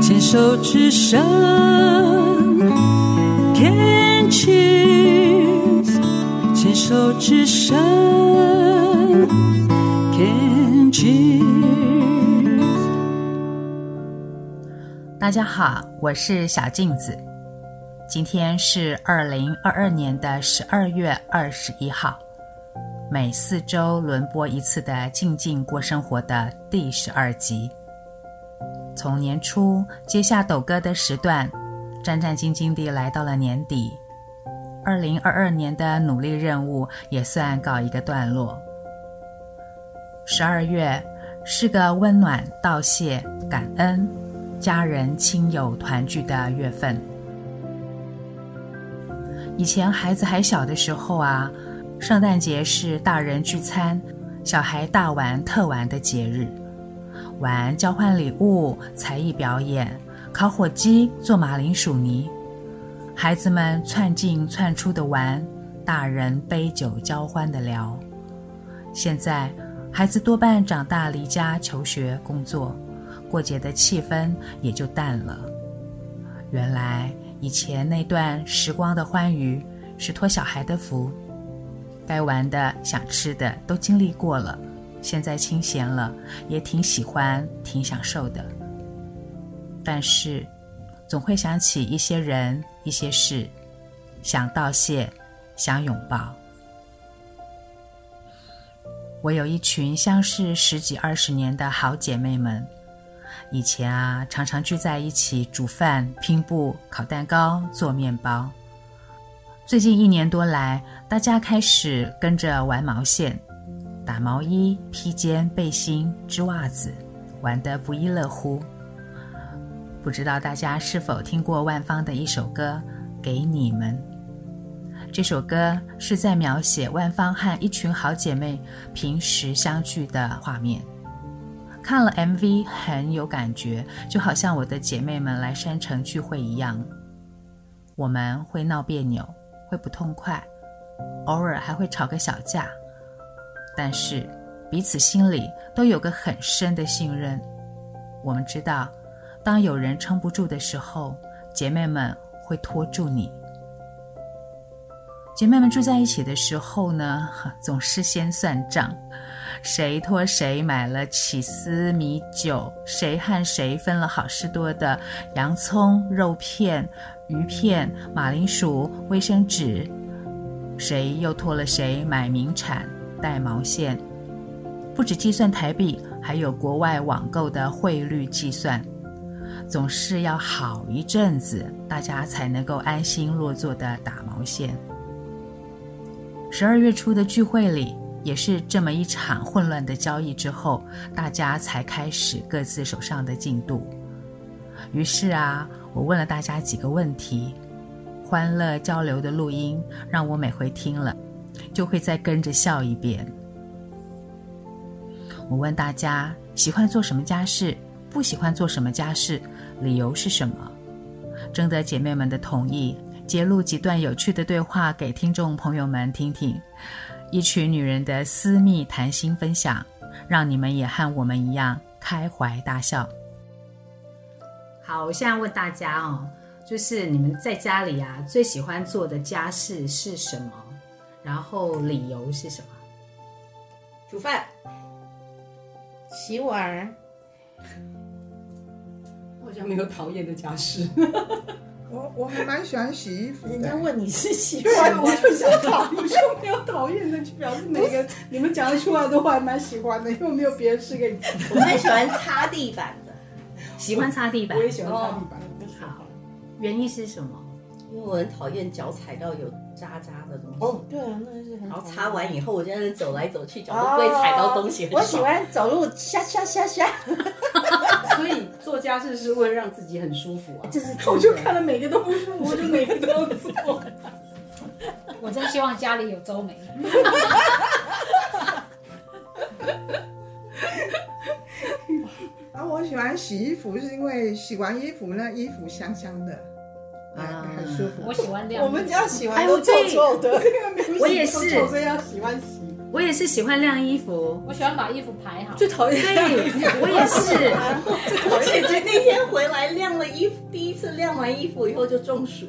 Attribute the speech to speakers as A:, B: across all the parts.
A: 牵手之声，Can cheers，牵手之声，Can cheers。
B: 大家好，我是小镜子。今天是二零二二年的十二月二十一号，每四周轮播一次的《静静过生活》的第十二集。从年初接下斗哥的时段，战战兢兢地来到了年底。二零二二年的努力任务也算告一个段落。十二月是个温暖、道谢、感恩、家人亲友团聚的月份。以前孩子还小的时候啊，圣诞节是大人聚餐、小孩大玩特玩的节日，玩交换礼物、才艺表演、烤火鸡、做马铃薯泥，孩子们窜进窜出的玩，大人杯酒交欢的聊。现在，孩子多半长大离家求学工作，过节的气氛也就淡了。原来以前那段时光的欢愉是托小孩的福，该玩的、想吃的都经历过了，现在清闲了，也挺喜欢、挺享受的。但是，总会想起一些人、一些事，想道谢，想拥抱。我有一群相识十几二十年的好姐妹们，以前啊常常聚在一起煮饭、拼布、烤蛋糕、做面包。最近一年多来，大家开始跟着玩毛线，打毛衣、披肩、背心、织袜子，玩得不亦乐乎。不知道大家是否听过万芳的一首歌《给你们》？这首歌是在描写万芳和一群好姐妹平时相聚的画面。看了 MV 很有感觉，就好像我的姐妹们来山城聚会一样。我们会闹别扭，会不痛快，偶尔还会吵个小架，但是彼此心里都有个很深的信任。我们知道，当有人撑不住的时候，姐妹们会拖住你。姐妹们住在一起的时候呢，总是先算账，谁托谁买了起司米酒，谁和谁分了好事多的洋葱、肉片、鱼片、马铃薯、卫生纸，谁又托了谁买名产、带毛线。不止计算台币，还有国外网购的汇率计算，总是要好一阵子，大家才能够安心落座的打毛线。十二月初的聚会里，也是这么一场混乱的交易之后，大家才开始各自手上的进度。于是啊，我问了大家几个问题，欢乐交流的录音让我每回听了，就会再跟着笑一遍。我问大家喜欢做什么家事，不喜欢做什么家事，理由是什么？征得姐妹们的同意，揭露几段有趣的对话给听众朋友们听听，一群女人的私密谈心分享，让你们也和我们一样开怀大笑。好，我现在问大家哦，就是你们在家里啊最喜欢做的家事是什么？然后理由是什么？
C: 煮饭、
D: 洗碗，
C: 好像没有讨厌的家事。
E: 我我还蛮喜欢洗衣服
D: 人家
E: 的，
D: 问你是洗
C: 对
D: 碗
C: 啊，，我就想讨，我就没有讨厌的，就表示每个你们讲得出来的我还蛮喜欢的，因为没有别的事可以
D: 我很喜欢擦地板的，
B: 喜欢擦地板
C: 我，也喜欢擦地板。
B: 好，原因是什么？
C: 因为我很讨厌脚踩到有渣渣的东西。
E: 哦
D: 对啊，那是很
C: 然
D: 好
C: 后擦完以后，我就在那走来走去，脚都不会踩到东西，很
D: 我
C: 爽。
D: 喜欢走路下下下下，
F: 所以做家事是为了让自己很舒服啊。
D: 这是真的
C: 我就看了每个都不舒服，我就每个 都要做。
G: 我真希望家里有周梅。
E: 啊，我喜欢洗衣服是因为洗完衣服那衣服香香的，啊，
B: 啊
E: 很舒服。
G: 我喜欢晾。
C: 我们家喜欢
D: 哎，我
C: 都
D: 最
C: 臭的，
B: 我也是
C: 臭所以要喜欢洗。
B: 我也是喜欢晾衣服，
G: 我喜欢把衣服排好。
C: 最讨厌
B: 对，我也是。
C: 我姐姐那天回来晾了一
D: 衣服第一次晾完衣服以后就中暑，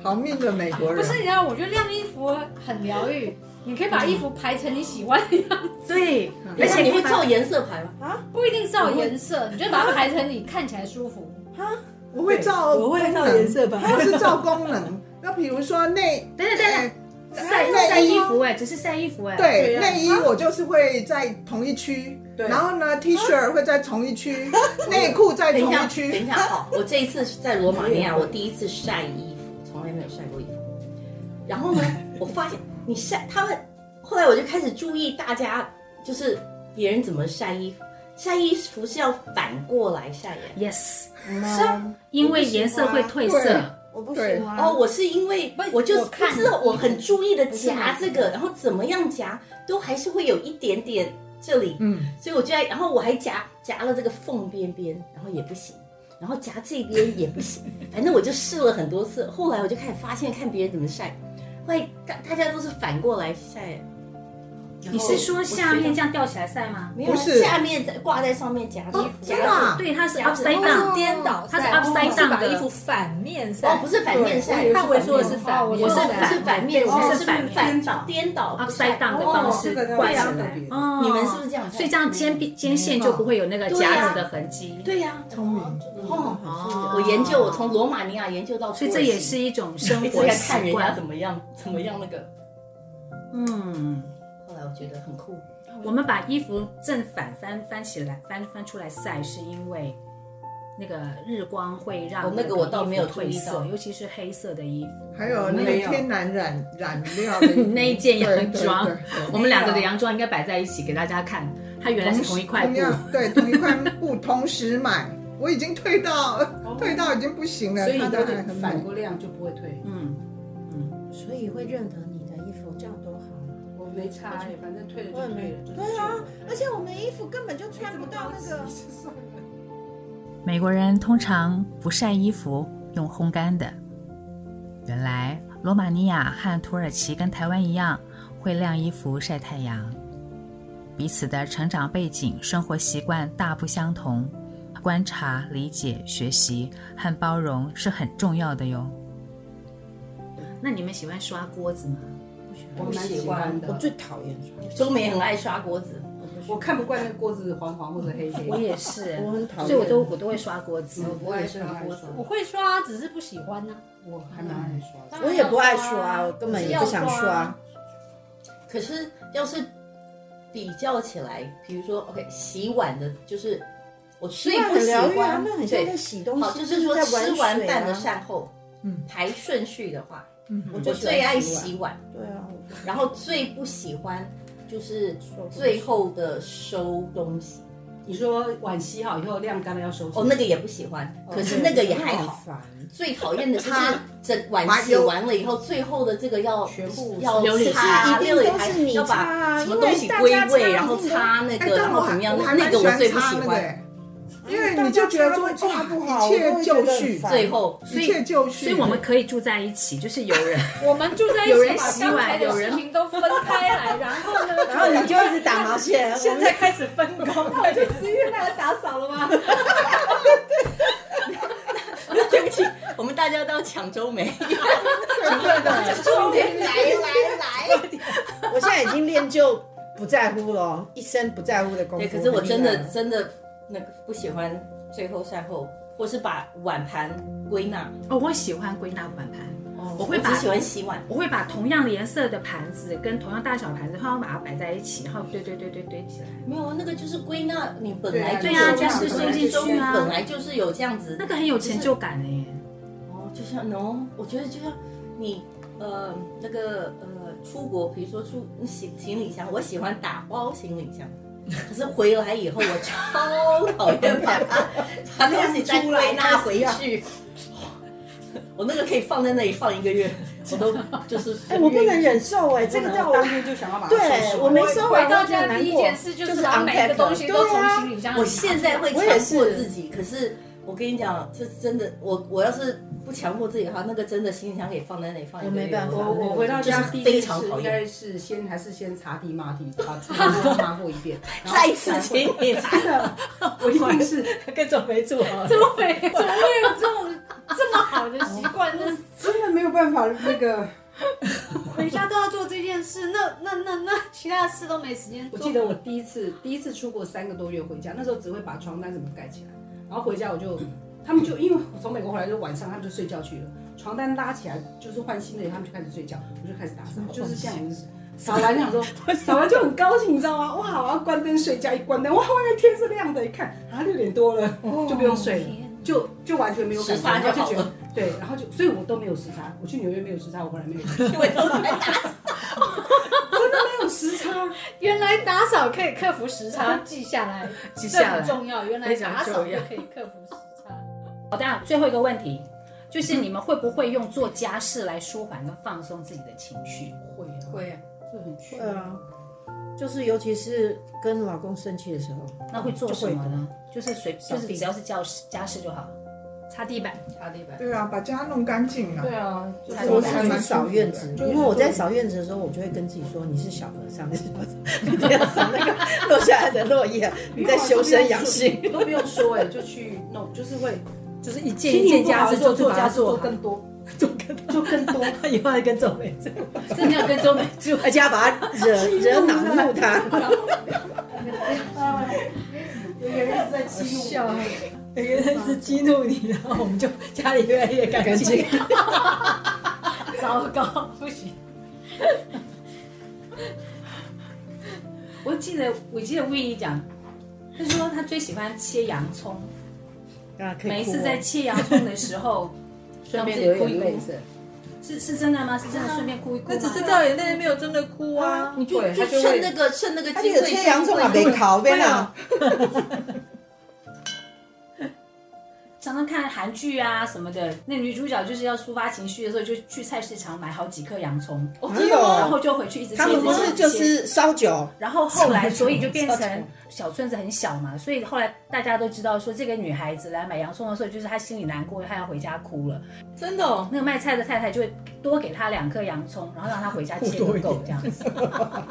E: 好命的美国
G: 不
E: 人，
G: 是，你知道，我觉得晾衣服很疗愈。你可以把衣服排成你喜欢的样子，
D: 对，而嗯且你会照颜色排吗？
G: 不一定是要颜色，你就把它排成你看起来舒服。
E: 我会照
A: 我会照颜色吧
E: 它是照功能。那比如说内哎
H: 等等等等，晒
E: 内
H: 晒
E: 衣
H: 衣服哎、只是晒衣服哎、
C: 对
E: 对
C: 啊
E: 内衣我就是会在同一区，
C: 对
E: 然后呢 T 恤会在同一区，内裤在
D: 等一
E: 同
D: 下，
E: 一
D: 等一
E: 区。
D: 下，好，我这一次是在罗马尼亚，我第一次晒衣服，从来没有晒过衣服。然后呢，我发现你晒他们，后来我就开始注意大家，就是别人怎么晒衣服。晒衣服是要反过来晒耶。
H: ，yes，因
D: 嗯
H: 为颜色会
E: 对
H: 褪色。
D: 我不
E: 喜欢
D: 哦，我是因为我就是
G: 我
D: 不
G: 看
D: 知道，我很注意的夹
G: 不
D: 这个，然后怎么样夹都还是会有一点点这里，
E: 嗯，
D: 所以我就在，然后我还夹夹了这个缝边边，然后也不行，然后夹这边也不行，反正我就试了很多次，后来我就开始发现看别人怎么晒，后来大大家都是反过来晒。然后
H: 你是说下面
D: 我学
H: 这样吊起来晒吗
D: 到？没有啊
E: 不是
D: 下面在挂在上面夹衣服？
E: 真的啊
H: 对，它是
G: 夹子
H: upside
G: 它是
H: down，
G: 颠倒
H: 它是
G: 晒
H: upside
G: 我
H: down
G: 把
H: 的
G: 衣服反面
D: 哦
G: 晒，，
D: 不是反面晒，
C: 大卫说的是
G: 反面
D: 我是
G: 晒
D: 反是反面晒，
H: 我是反
D: 反
C: 面倒
D: 颠倒
H: upside
D: 哦
H: down 的方式
C: 这个
H: 挂
C: 会
H: 起
C: 想的
H: 来。
C: 别的。
H: 哦
D: 你们是不是这样看
H: 所以这样肩边肩线就不会有那个夹子的痕迹。
D: 对啊呀、
E: 聪明，
D: 哦，
H: 哦
D: 我研究，我从罗马尼亚研究到土
H: 所
D: 耳其，
H: 以这也是一种生
D: 一直
H: 活
D: 在看人
H: 习
D: 家
H: 惯
D: 怎。么样，怎么样那个。
H: 嗯，
D: 后来我觉得很酷，
H: 我们把衣服正反翻翻起来，翻翻出来晒，是因为那个日光会
D: 哦
H: 让
D: 那个我倒没有
H: 衣服
D: 注
H: 褪
D: 意到
H: 色，尤其是黑色的衣服。
E: 还有那个
C: 没有
E: 天然染染料的
H: 那一件洋装
E: 对对对对
H: 我们两个的洋装应该摆在一起给大家看，它原来是同一块
E: 同
H: 布。
E: 样对，同一块布同时买， 我已经退到退到已经不行了，
F: 所以
E: 他
F: 你
E: 的
F: 都
E: 还很
F: 反
E: 美。
F: 过量就不会退。
H: 嗯，
D: 所以会认得你的衣服，这样多好。
F: 我没差欸，反正退了
D: 我也
F: 就退
D: 没
F: 了。就是
D: 对啊
F: 旧的，
D: 而且我们衣服根本就穿不到那个。
B: 美国人通常不晒衣服，用烘干的。原来罗马尼亚和土耳其跟台湾一样，会晾衣服晒太阳。彼此的成长背景、生活习惯大不相同，观察、理解、学习和包容是很重要的哟。
H: 那你们喜欢刷锅子吗？
F: 我蛮喜欢的。
D: 讨厌刷，中美很爱刷锅子，
F: 我看不惯那个锅子黄黄或者黑黑。
H: 我也是，
E: 我很讨厌
H: 所以我都嗯我都会刷锅
D: 嗯
H: 子。
F: 我不爱刷锅子，
G: 我会刷，只是不喜欢啊呢。
F: 我还蛮爱刷的。
G: 我也不爱
I: 啊
G: 刷，我根本也不想刷。
D: 可是要是比较起来，比如说 OK，洗碗的就是我最不喜欢，他们啊很像在洗东西，好，就是说吃完饭的善后，
E: 嗯
D: 排顺序的话，
E: 嗯
D: 我就最爱洗碗，对啊，然后最不喜欢就是最后的收东西，
F: 你说碗洗好以后晾干了要收拾。
D: 哦，那个也不喜欢，可是那个也还好。最讨厌的就是
E: 擦
D: 整碗
E: 麻
D: 洗
E: 油
D: 完了以后，最后的这个要
F: 全部
D: 要
H: 留理
D: 擦，
H: 是
D: 一定都是你要把什么东西归位，然后擦那
E: 哎，
D: 个，
E: 但
D: 然
E: 我
D: 后
E: 还
D: 怎么样？
E: 我
D: 那
E: 还
D: 那
E: 蛮
D: 个
E: 喜
D: 我
E: 欢
D: 最不
E: 擦
D: 喜
E: 那个
D: 欢。
E: 哎因为你就觉得说哇，一切就绪，
D: 最 后
E: 一切就绪，
H: 所以我们可以住在一起，就是有 人
G: 我们住在一
H: 有
G: 起，
H: 人
G: 把
H: 洗
G: 刚
H: 碗
G: 才的
H: 有人
G: 事情都分开来，然后呢？
D: 然后你就一直打毛线，现在开始分工，我就
G: 十月来打扫 了吗？
D: 对不起，我们大家都要抢周梅，
I: 重点来来来！我现在已经练就不在乎了，一生不在乎的功夫。
D: 对，可是我真的
H: 啊
I: 很厉害
D: 真的那个不喜欢最后善后，或是把碗盘归纳，
H: 哦，我喜欢归纳碗盘，哦我会
D: 我
H: 把
D: 只喜欢洗碗。
H: 我会把同样颜色的盘子跟同样大小盘子，然后把它摆在一起，然后堆堆堆堆堆起来。
D: 没有，那个就是归纳你本来
H: 对啊
D: 有这样
H: 就是
D: 本来
H: 顺进去啊
D: 本来就是有这样子。
H: 那个很有成就感哎、
D: 哦，就像 no，我觉得就像你呃那个呃出国，比如说出你行行李箱，我喜欢打包行李箱， 可是回来以后我超讨厌把它把东西再归纳回去。 我那个可以放在那里放一个月，我都就是
I: 哎，我不能忍受哎，这个
F: 到
I: 叫我
F: 当天就想要把它收拾
I: 对
F: 完
I: 我没收
G: 回
I: 完
G: 到
I: 我就很
G: 家
I: 难
G: 第一
I: 过
G: 件。事就
I: 就是
G: 是把每个
I: unpack
G: 东西都从
I: 对啊
G: 行李箱里拿出来。
D: 我现在会强
I: 我也
D: 迫
I: 是
D: 自己，可是我跟你讲，这真的，我我要是不强迫自己的话，那个真的行李箱可以放在那里放一个月。
I: 我没办法
D: 我
F: 我我回到
D: 就是
F: 家第一
D: 非
F: 件
D: 常
F: 事
D: 讨
F: 应
D: 厌，
F: 该是先还是先擦地抹地，把自己都抹过一遍，然后
D: 再次请你查，
F: 我一定是
I: 跟着没做好。
G: 对， 怎么会有这种这么好的习惯呢？
F: 真的没有办法那个。
G: 回家都要做这件事，那那那那其他的事都没时间
F: 我
G: 做。
F: 记得我第一次第一次出国三个多月回家，那时候只会把床单怎么盖起来，然后回家我就，他们就因为我从美国回来就晚上他们就睡觉去了，床单拉起来就是换新的，他们就开始睡觉，我就开始打扫，就是像我们扫完想说 扫完就很高兴，你知道吗？哇，我要关灯睡觉，一关灯哇，外面天是亮的，一看啊六点多了，
D: 哦
F: 就不用睡了。就就完全没有感
D: 时
F: 觉，
D: 差
F: 然后
D: 就好
F: 就觉得对，然后就，所以我都没有时差。我去纽约没有时差，我回来没有时 差，
D: 因为都在打
F: 没有时差。
G: 原来打扫可以克服时差，记下来，
H: 记
G: 这
H: 下
G: 很
H: 来。
G: 重要。原来
H: 非常
G: 打扫
H: 重要
G: 就可以克服时差。
H: 好的，最后一个问题就是你们会不会用做家事来舒缓跟 放松自己的情绪？
F: 会
D: 会
F: 啊，
D: 啊，
F: 这很趣。
I: 对啊，就是尤其是跟老公生气的时候，
H: 那会做
I: 就
H: 什
I: 会
H: 么呢？就是随
I: 扫
H: 就
I: 地
H: 是只要是教室家事就好，擦地板。
D: 擦地板。
E: 对啊，把家弄干净啊。
F: 对啊，就
H: 才
F: 是
I: 我
H: 我
I: 只
H: 才
I: 去扫院子，因为我在扫院子的时候，我就会跟自己说：“你是小和尚，你是小和尚 你在扫那个落下来的落叶，你在修身养 性。
F: 都不用说哎、就去弄，就是会
H: 就是一
F: 心情不好的时候
H: 做
F: 就把它做更多，做更多，就更多。”
I: 以后还跟周美做，
H: 真的要跟踪美住。
I: 而且要把他惹惹恼怒他。
F: 有人一直在激怒我，
A: 原来是激怒你，然后我们就家里越来越干
I: 干净。
H: 糟糕，不行。我记得，我记得 V 讲，他说他最喜欢切洋葱，
I: 啊，可以哭哦
H: 每一次在切洋葱的时候，
D: 顺便流眼泪是，
H: 是是真的吗？是真的顺便哭一哭吗？
A: 眼泪，没有真的哭啊。
D: 你就
F: 对
D: 就
F: 他就
D: 趁
F: 会
D: 那个趁那个
I: 他
D: 机
I: 这个
D: 会，
I: 切洋葱啊，没烤边啊，
H: 常常看韩剧啊什么的，那女主角就是要抒发情绪的时候，就去菜市场买好几颗洋葱，
I: 真的哦
H: 然后就回去一直切，
I: 他们不
H: 一直
I: 是
H: 切
I: 就。是烧酒，
H: 然后后来，所以就变成小村子很小嘛，所以后来大家都知道说，这个女孩子来买洋葱的时候，就是她心里难过，她要回家哭了。
D: 真的哦，
H: 那个卖菜的太太就会多给她两颗洋葱，然后让她回家切个够这样子。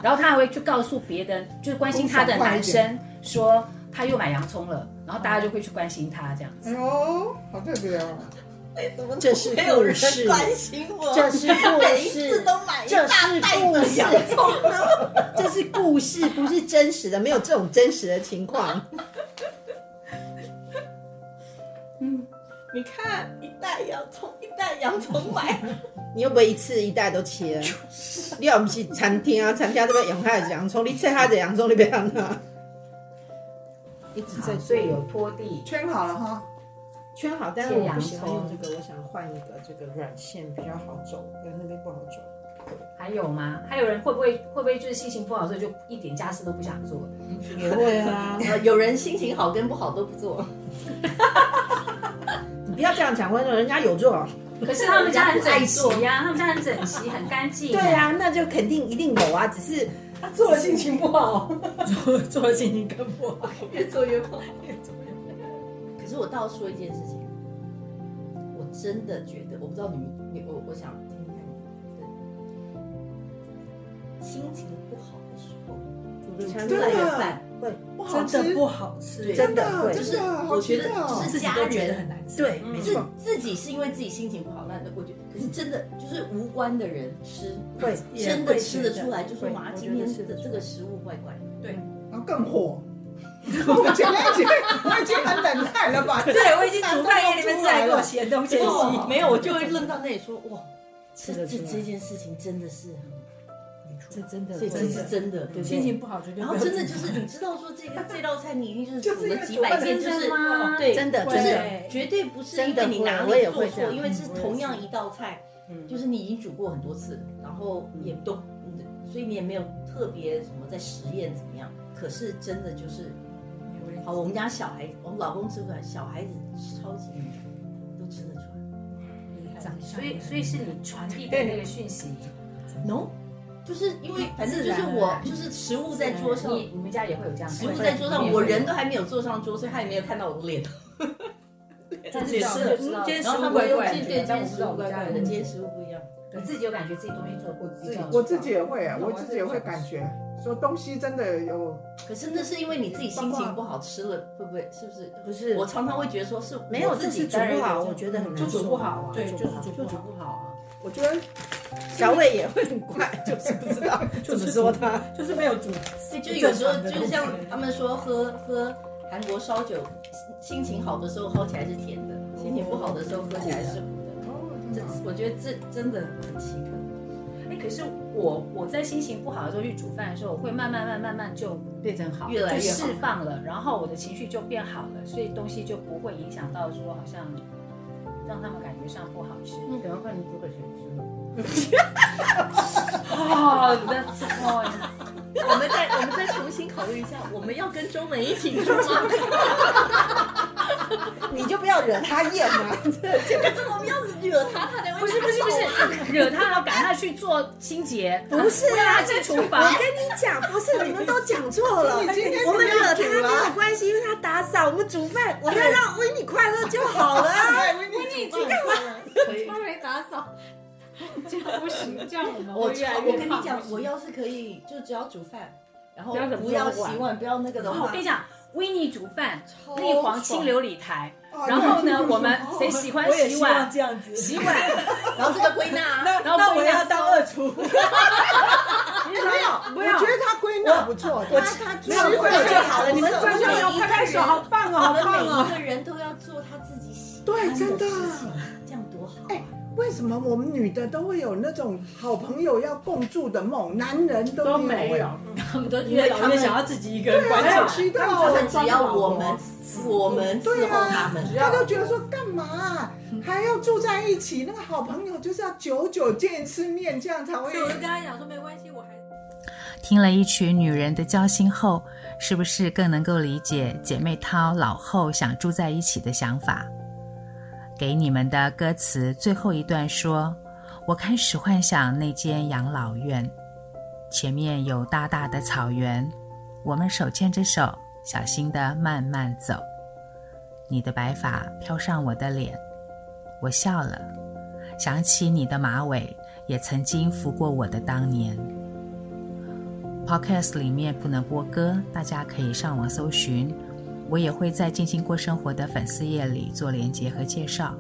H: 然后她还会去告诉别的，就是关心她的男生说她又买洋葱了，然后大家就会去关心她这样
E: 哎
H: 子。
E: 呦，好特别哦！
I: 这是
D: 没有
I: 故
D: 人
I: 事，
D: 关心我，
I: 这是 故
D: 每一次
I: 事，
D: 都买一
I: 这
D: 大
I: 是
D: 袋
I: 故
D: 的
I: 事
D: 洋葱，啊
I: 这是故事，不是真实的，没有这种真实的情况。
D: 你看一袋洋葱，一袋洋葱买，
I: 你又不会一次一袋都切？啊你要不是餐厅啊，餐厅这边用他的洋葱，你切他的洋葱，你不要拿。一直在
H: 好所以有拖地，
E: 圈好了哈，
I: 圈好，但是我不喜欢
H: 切洋
I: 用
H: 葱
I: 这个，我想换一个这个软线比较好走，跟那边不好走。
H: 还有吗？还有人会不会会不会就是心情不好的时候就一点家事都不想做？
I: 也会啊，
D: 呃有人心情好跟不好都不做，
I: 你不要这样讲，观众，人家有做。啊
H: 可是他们家很整齐呀、他们家很整齐，很干净。
I: 对啊，那就肯定一定有啊，只是
F: 他做了心情不好。
A: 做心情更不好。
D: 越做越不好。可是我倒要说一件事情，我真的觉得，我不知道你们，你我我想听听看你们的心情不好的时候，
I: 煮的
D: 煮
I: 餐
D: 出来
E: 真
D: 的
E: 的
D: 饭，
E: 不好吃，
A: 好吃
D: 对
E: 真
I: 真的
E: 的
I: 会
D: 就
E: 真
D: 是
E: 的
D: 我
E: 好
D: 觉
E: 吃
D: 得
E: 哦。
D: 就是家人
A: 难吃。
I: 对，没
D: 自
I: 错，
D: 自己是因为自己心情不好，那那我觉得，可是真的就是无关的人吃，
I: 会
D: 真的吃得出来，就说
I: 会
D: 哇，
I: 我觉
D: 今
I: 得
D: 天
I: 是
D: 的这个食物怪怪的。
E: 然后更火。我觉得已经我已经很等待了吧？
A: 对，我已经煮饭给你们吃，还给我嫌东嫌
D: 结果
A: 西。
D: 我没有，我就会愣到那里说哇，这
I: 吃得
D: 这
I: 出来
D: 这件事情真的是很，
A: 这真的
D: 所以这是真的，对不
A: 心
D: 对？
A: 情不好就
D: 然后真的就是你知道说这 个这道菜你一定就是
E: 就
D: 煮
E: 是因
D: 了
E: 为
D: 几百遍，就是
H: 真的吗
D: 对，
I: 啊真的
D: 就
I: 真
D: 是
I: 的，
D: 绝对不是
I: 真
D: 因
I: 的
D: 为你
I: 会
D: 哪
I: 我
D: 里
I: 也
D: 做
I: 会这
D: 错，
I: 样
D: 因为是
I: 嗯我也
D: 同
I: 是嗯
D: 样一道菜，就是你已经煮过很多次，然后也都，嗯所以你也没有特别什么在实验怎么样。可是真的就是，好，我们家小孩子，我们老公吃不出来，小孩子超级敏感，都吃得出来。
H: 所以所以是你传递的那个讯息。
D: no，就是因为反正
H: 自
D: 就是
H: 然而
D: 我
H: 然
D: 就是食物在桌上，
H: 你你们家也会有这样的
D: 食
H: 人？
D: 物在桌上，我人都
H: 都
D: 还没有坐上桌，所以他也没有看到我的脸。
F: 就
G: 但是这
F: 只
G: 样
F: 是
G: 就知道
F: 嗯今天
G: 然后
F: 食物
G: 他
F: 怪
G: 们会
F: 怪的，
G: 有
F: 今
G: 自己对
F: 天
G: 但我不
F: 今天
G: 知
F: 食
G: 道
F: 物怪怪的，今天食物不一样。
G: 你自己有感觉自己东西做的
J: 我自
G: 比
J: 己
G: 较
E: 我自己也会啊，我自己也会
J: 那我还
E: 感觉说东西真的有
F: 可是那是因为你自己心情不好吃了，会不会？是不是？
I: 不是
F: 我常常会觉得说是
I: 没有，
F: 我
I: 这
F: 自己
I: 是煮
F: 单人
I: 不
F: 有
I: 好，
F: 这
I: 我
F: 种
I: 觉得很难
J: 就
I: 受
J: 煮不好啊，
I: 对，
J: 就是就
I: 煮不
J: 煮
I: 好。
J: 不好啊。
E: 我觉得
I: 小伟也会很怪， 就是不知道怎么说他。
K: 就是没有煮，
F: 对，就有时候
K: 正常的
F: 就像他们说喝喝韩国烧酒，心情好的时候喝起来是甜的，心情不好的时候喝起来是苦的。这我觉得这真的很奇怪。
H: 哎，可是我我在心情不好的时候去煮饭的时候，我会慢慢慢慢慢就变成好，
F: 越来越好
H: 就释放了，然后我的情绪就变好了，所以东西就不会影响到说好像让他们感觉上不好吃。
G: 嗯，赶快你煮给谁吃呢？
H: 哦，That's the point。
F: 我们再我们再重新考虑一下，我们要跟周美一起住吗？
I: 你就不要惹他厌 嘛。
F: 可是我们要惹他，他才会
H: 不是不是不是，惹他，然后赶他去做清洁，
I: 不
K: 啊
I: 是
H: 不让他进厨
I: 我
H: 房。
I: 跟你讲，不是 你们都讲错了。
E: 今天
I: 我们惹他
E: 怎么
I: 没
E: 样煮啊
I: 有关系，因为他打扫，我们煮饭，我们让维尼快乐就好 了啊。
G: 他没打扫，这样不行，这样我们
F: 我
G: 会越来
F: 我
G: 越
F: 跟
G: 胖
F: 你讲，我要是可以，就只要煮饭，然后
G: 不要怎么
F: 不要
G: 做
F: 洗碗，不要那个的
H: 然后我
F: 话
H: 跟，你讲，维尼煮饭，
F: 超
H: 内黄清琉璃台。然 后呢，我们
E: 哦
H: 谁喜欢
K: 我也
H: 洗
K: 希
H: 碗
K: 望？这样子。
H: 洗碗，
F: 然后这个归 纳啊，
K: 那
H: 然后
K: 那
H: 不
K: 我
H: 一样
K: 要当二厨，
E: 没有，我觉得他归纳不错，他他
I: 没有
E: 会
I: 会就好了，你们
E: 真
I: 专
E: 的
I: 注
F: 每一个
I: 有
F: 人
I: 拍拍手，好棒哦，好
F: 我
I: 棒
F: 们
I: 哦。
F: 每一个人都要做他自己喜欢
E: 对，
F: 的事
E: 真的。
F: 情，这样多好啊！
E: 为什么我们女的都会有那种好朋友要共住的梦，男人都
J: 都
E: 没
J: 没
E: 有？
J: 有，
K: 他们都越老越想要自己一个人关
E: 没有
K: 起来。
E: 吃
F: 他
E: 到，
F: 们只要我们我们
K: 啊
F: 伺候哦他们，
G: 啊
E: 他都觉得说干嘛啊
G: 嗯
E: 还要住在一起？那个好朋友就是要久久见一次面，这样才会
G: 所以我就跟他讲说没关系，我还
B: 听了一曲女人的交心后，是不是更能够理解姐妹淘老后想住在一起的想法？给你们的歌词最后一段说：“我开始幻想那间养老院，前面有大大的草原，我们手牵着手，小心地慢慢走。你的白发飘上我的脸，我笑了，想起你的马尾也曾经拂过我的当年。” Podcast 里面不能播歌，大家可以上网搜寻。我也会在“静心过生活”的粉丝页里做连接和介绍。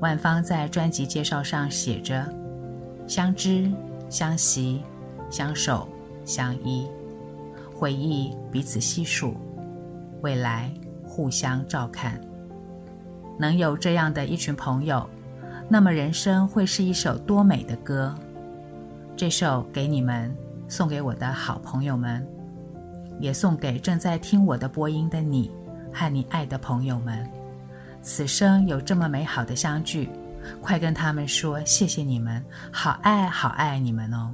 B: 万芳在专辑介绍上写着：“相知、相惜、相守、相依，回忆彼此细数，未来互相照看。”能有这样的一群朋友，那么人生会是一首多美的歌。这首给你们，送给我的好朋友们，也送给正在听我的播音的你和你爱的朋友们。此生有这么美好的相聚，快跟他们说谢谢你们，好爱好爱你们哦。